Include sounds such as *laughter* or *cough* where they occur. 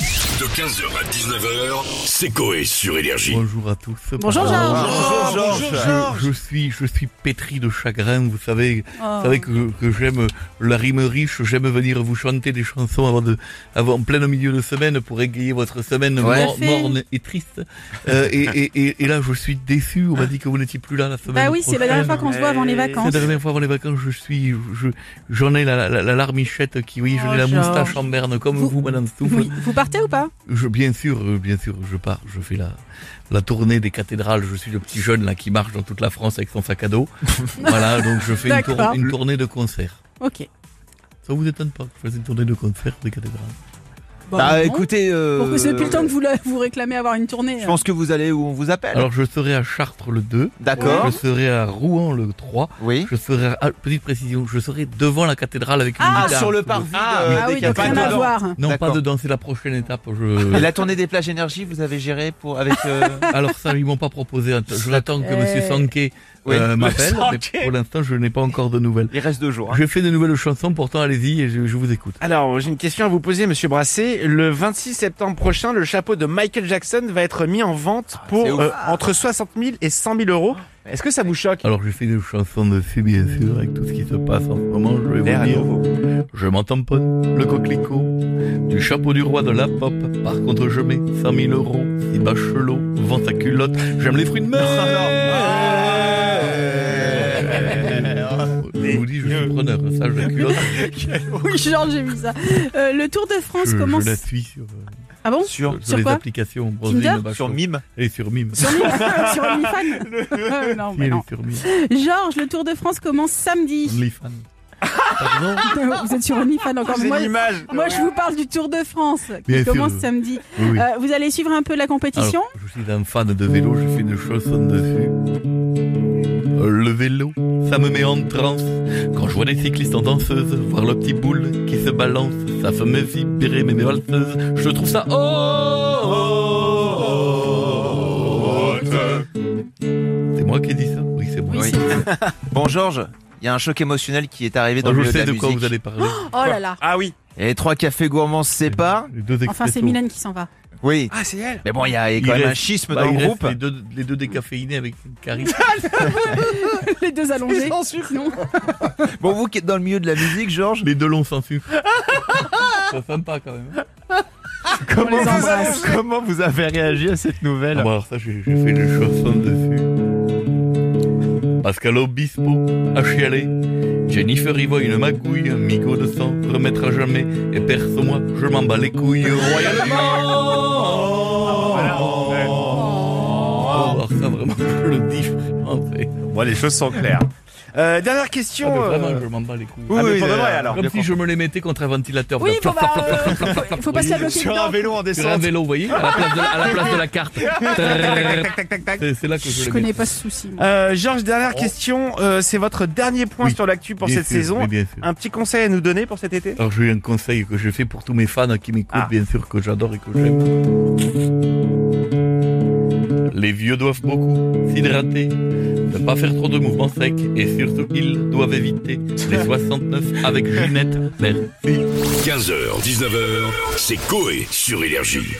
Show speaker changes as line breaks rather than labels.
De 15h à 19h, c'est Coé sur Énergie.
Bonjour à tous.
Bonjour, Georges.
Bonjour, Georges.
Je, je suis, je suis pétri de chagrin. Vous savez,
Oh.
vous savez que, que j'aime la rime riche. J'aime venir vous chanter des chansons avant de, avant, en plein milieu de semaine pour égayer votre semaine
Ouais.
mor-
Tout à fait.
morne et triste. Euh, et, et, et, et là, je suis déçu. On m'a dit que vous n'étiez plus là la semaine.
Bah oui, c'est la dernière fois
prochaine.
qu'on se voit avant les
C'est la
C'est
vacances.
la dernière fois avant les vacances, je suis, je, j'en ai la, la, la, la larmichette qui, oui, je
Oh,
l'ai la
Georges.
moustache en berne comme vous,
Vous-
madame Stouff.
Oui, vous partez ou pas
Je, bien sûr, euh, bien sûr, je pars, je fais la, la tournée des cathédrales. Je suis le petit jeune là qui marche dans toute la France avec son sac à
*laughs*
dos. voilà, donc je fais une, tour-
D'accord.
une tournée de concerts.
Ok.
Ça vous étonne pas que je fasse une tournée de concerts des cathédrales
Bon,
Bah
bon.
écoutez, euh,
Pour que c'est depuis le temps que vous, la- vous réclamez avoir une tournée.
je pense que vous allez où on vous appelle.
Alors je serai à Chartres le 2,
D'accord.
je serai à Rouen le 3,
Oui.
je serai à, ah, petite précision, je serai devant la cathédrale avec une
Ah,
Ah,
guitare.
sur le parvis.
Ah,
euh,
ah
des
oui, donc
Capes.
rien à
Dedans.
voir.
Non, pas
D'accord.
dedans, c'est la prochaine étape.
Et
Je...
la tournée des plages énergie, vous avez géré pour avec. *laughs* euh,
Alors ça, ils m'ont pas proposé. Attends, Je l'attends que Monsieur
Eh.
Sanquet
oui,
euh,
le
m'appelle, mais
Sanquet.
pour l'instant, je n'ai pas encore de nouvelles.
Il reste deux jours. hein.
J'ai fait de nouvelles chansons, pourtant allez-y et je, je vous écoute.
Alors, j'ai une question à vous poser, monsieur Brassé. Le 26 septembre prochain, le chapeau de Michael Jackson va être mis en vente pour
c'est ouf.
euh, entre 60 000 et 100 000 euros. Est-ce que ça vous choque
Alors j'ai fait des chansons dessus bien sûr avec tout ce qui se passe en ce moment, je vais vous dire. Je m'en tamponne le coquelicot du chapeau du roi de la pop. Par contre je mets 100 000 euros si Bachelot vend sa culotte. J'aime les fruits de
Euh,
mer. Je vous dis, je suis preneur. Ça, je la culotte.
Oui, Georges, j'ai vu ça. Euh, le Tour de France
Je,
commence.
je la suis sur, euh,
Ah
*laughs*
bon
Sur,
sur
Sur
les
quoi
applications.
Tinder
Brosine, Bachelot.
sur mime.
Et sur Mime.
Sur Mif- *laughs* sur OnlyFans Non,
Si,
mais
elle
non.
est sur Mime.
Georges, le Tour de France commence samedi.
OnlyFans. Pardon
*laughs* vous êtes sur OnlyFans encore.
J'ai
Moi,
l'image.
moi, je vous parle du Tour de France qui
Bien sûr.
commence samedi.
Oui, oui.
Euh, vous allez suivre un peu la compétition
Alors, je suis un fan de vélo, je fais des chansons dessus. Euh, Le vélo, ça me met en transe. Quand je vois les cyclistes en danseuse, voir le petit boule qui se balance, ça fait me vibrer mes valseuses. Je trouve ça haute. C'est moi qui ai dit ça Oui, c'est moi. Ah,
Oui,
Oui.
c'est-
*laughs*
Bon Georges, il y a un choc émotionnel qui est arrivé dans
Oh,
le
je sais
milieu Ah, de la
de quoi
musique.
vous allez parler.
Oh là là.
Ah oui.
Et les trois cafés gourmands se séparent.
Les deux
Enfin, c'est
expressos.
Mylène qui s'en va. *laughs*
Oui.
Ah, c'est elle.
Mais bon, il y a
Il
quand même un
reste-
schisme
Bah,
dans
il
le
reste
groupe.
Les deux, les deux décaféinés avec une carie.
Les deux allongés. Non.
Bon, vous qui êtes dans le milieu de la musique, Georges,
les deux longs sans sucre. c'est sympa quand même.
les embrasse.
avez- comment vous avez réagi à cette nouvelle
Ah bon, alors ça, j'ai j'ai fait une chanson dessus. Pascal Obispo a chialé. Jennifer y voit une magouille, un migot de sang, remettre à jamais. Et perso, moi, je m'en bats les couilles royalement. Alors ça, vraiment, je le dis vraiment. c'est-
Bon, les choses sont claires. Euh, dernière question.
Ah, mais
euh,
vraiment, je m'en bats les couilles.
oui,
Ah, mais
oui,
pour de
euh,
vrai, alors.
Comme si je me les mettais contre un ventilateur.
Oui,
Voilà, plop,
bon bah,
plop, plop,
euh, faut, faut pas se la bloquer
Sur
dedans.
un vélo en
Sur un
descente.
vélo, vous voyez, à la place de, à la, place de la
*laughs*
carte.
Tac, tac, tac, tac.
C'est c'est là que je
Je
les
connais
mets.
pas ce souci. moi.
Euh, Georges, dernière question. Euh, c'est votre dernier point
Oui.
sur l'actu pour
Bien
cette
sûr, mais
saison.
bien sûr.
Un petit conseil à nous donner pour cet été
Alors j'ai un conseil que je fais pour tous mes fans qui m'écoutent,
Ah.
bien sûr, que j'adore et que j'aime. Les vieux doivent beaucoup s'hydrater, ne pas faire trop de mouvements secs et surtout ils doivent éviter les 69 avec Ginette. Merci.
15h, 19h, c'est Coé sur Énergie.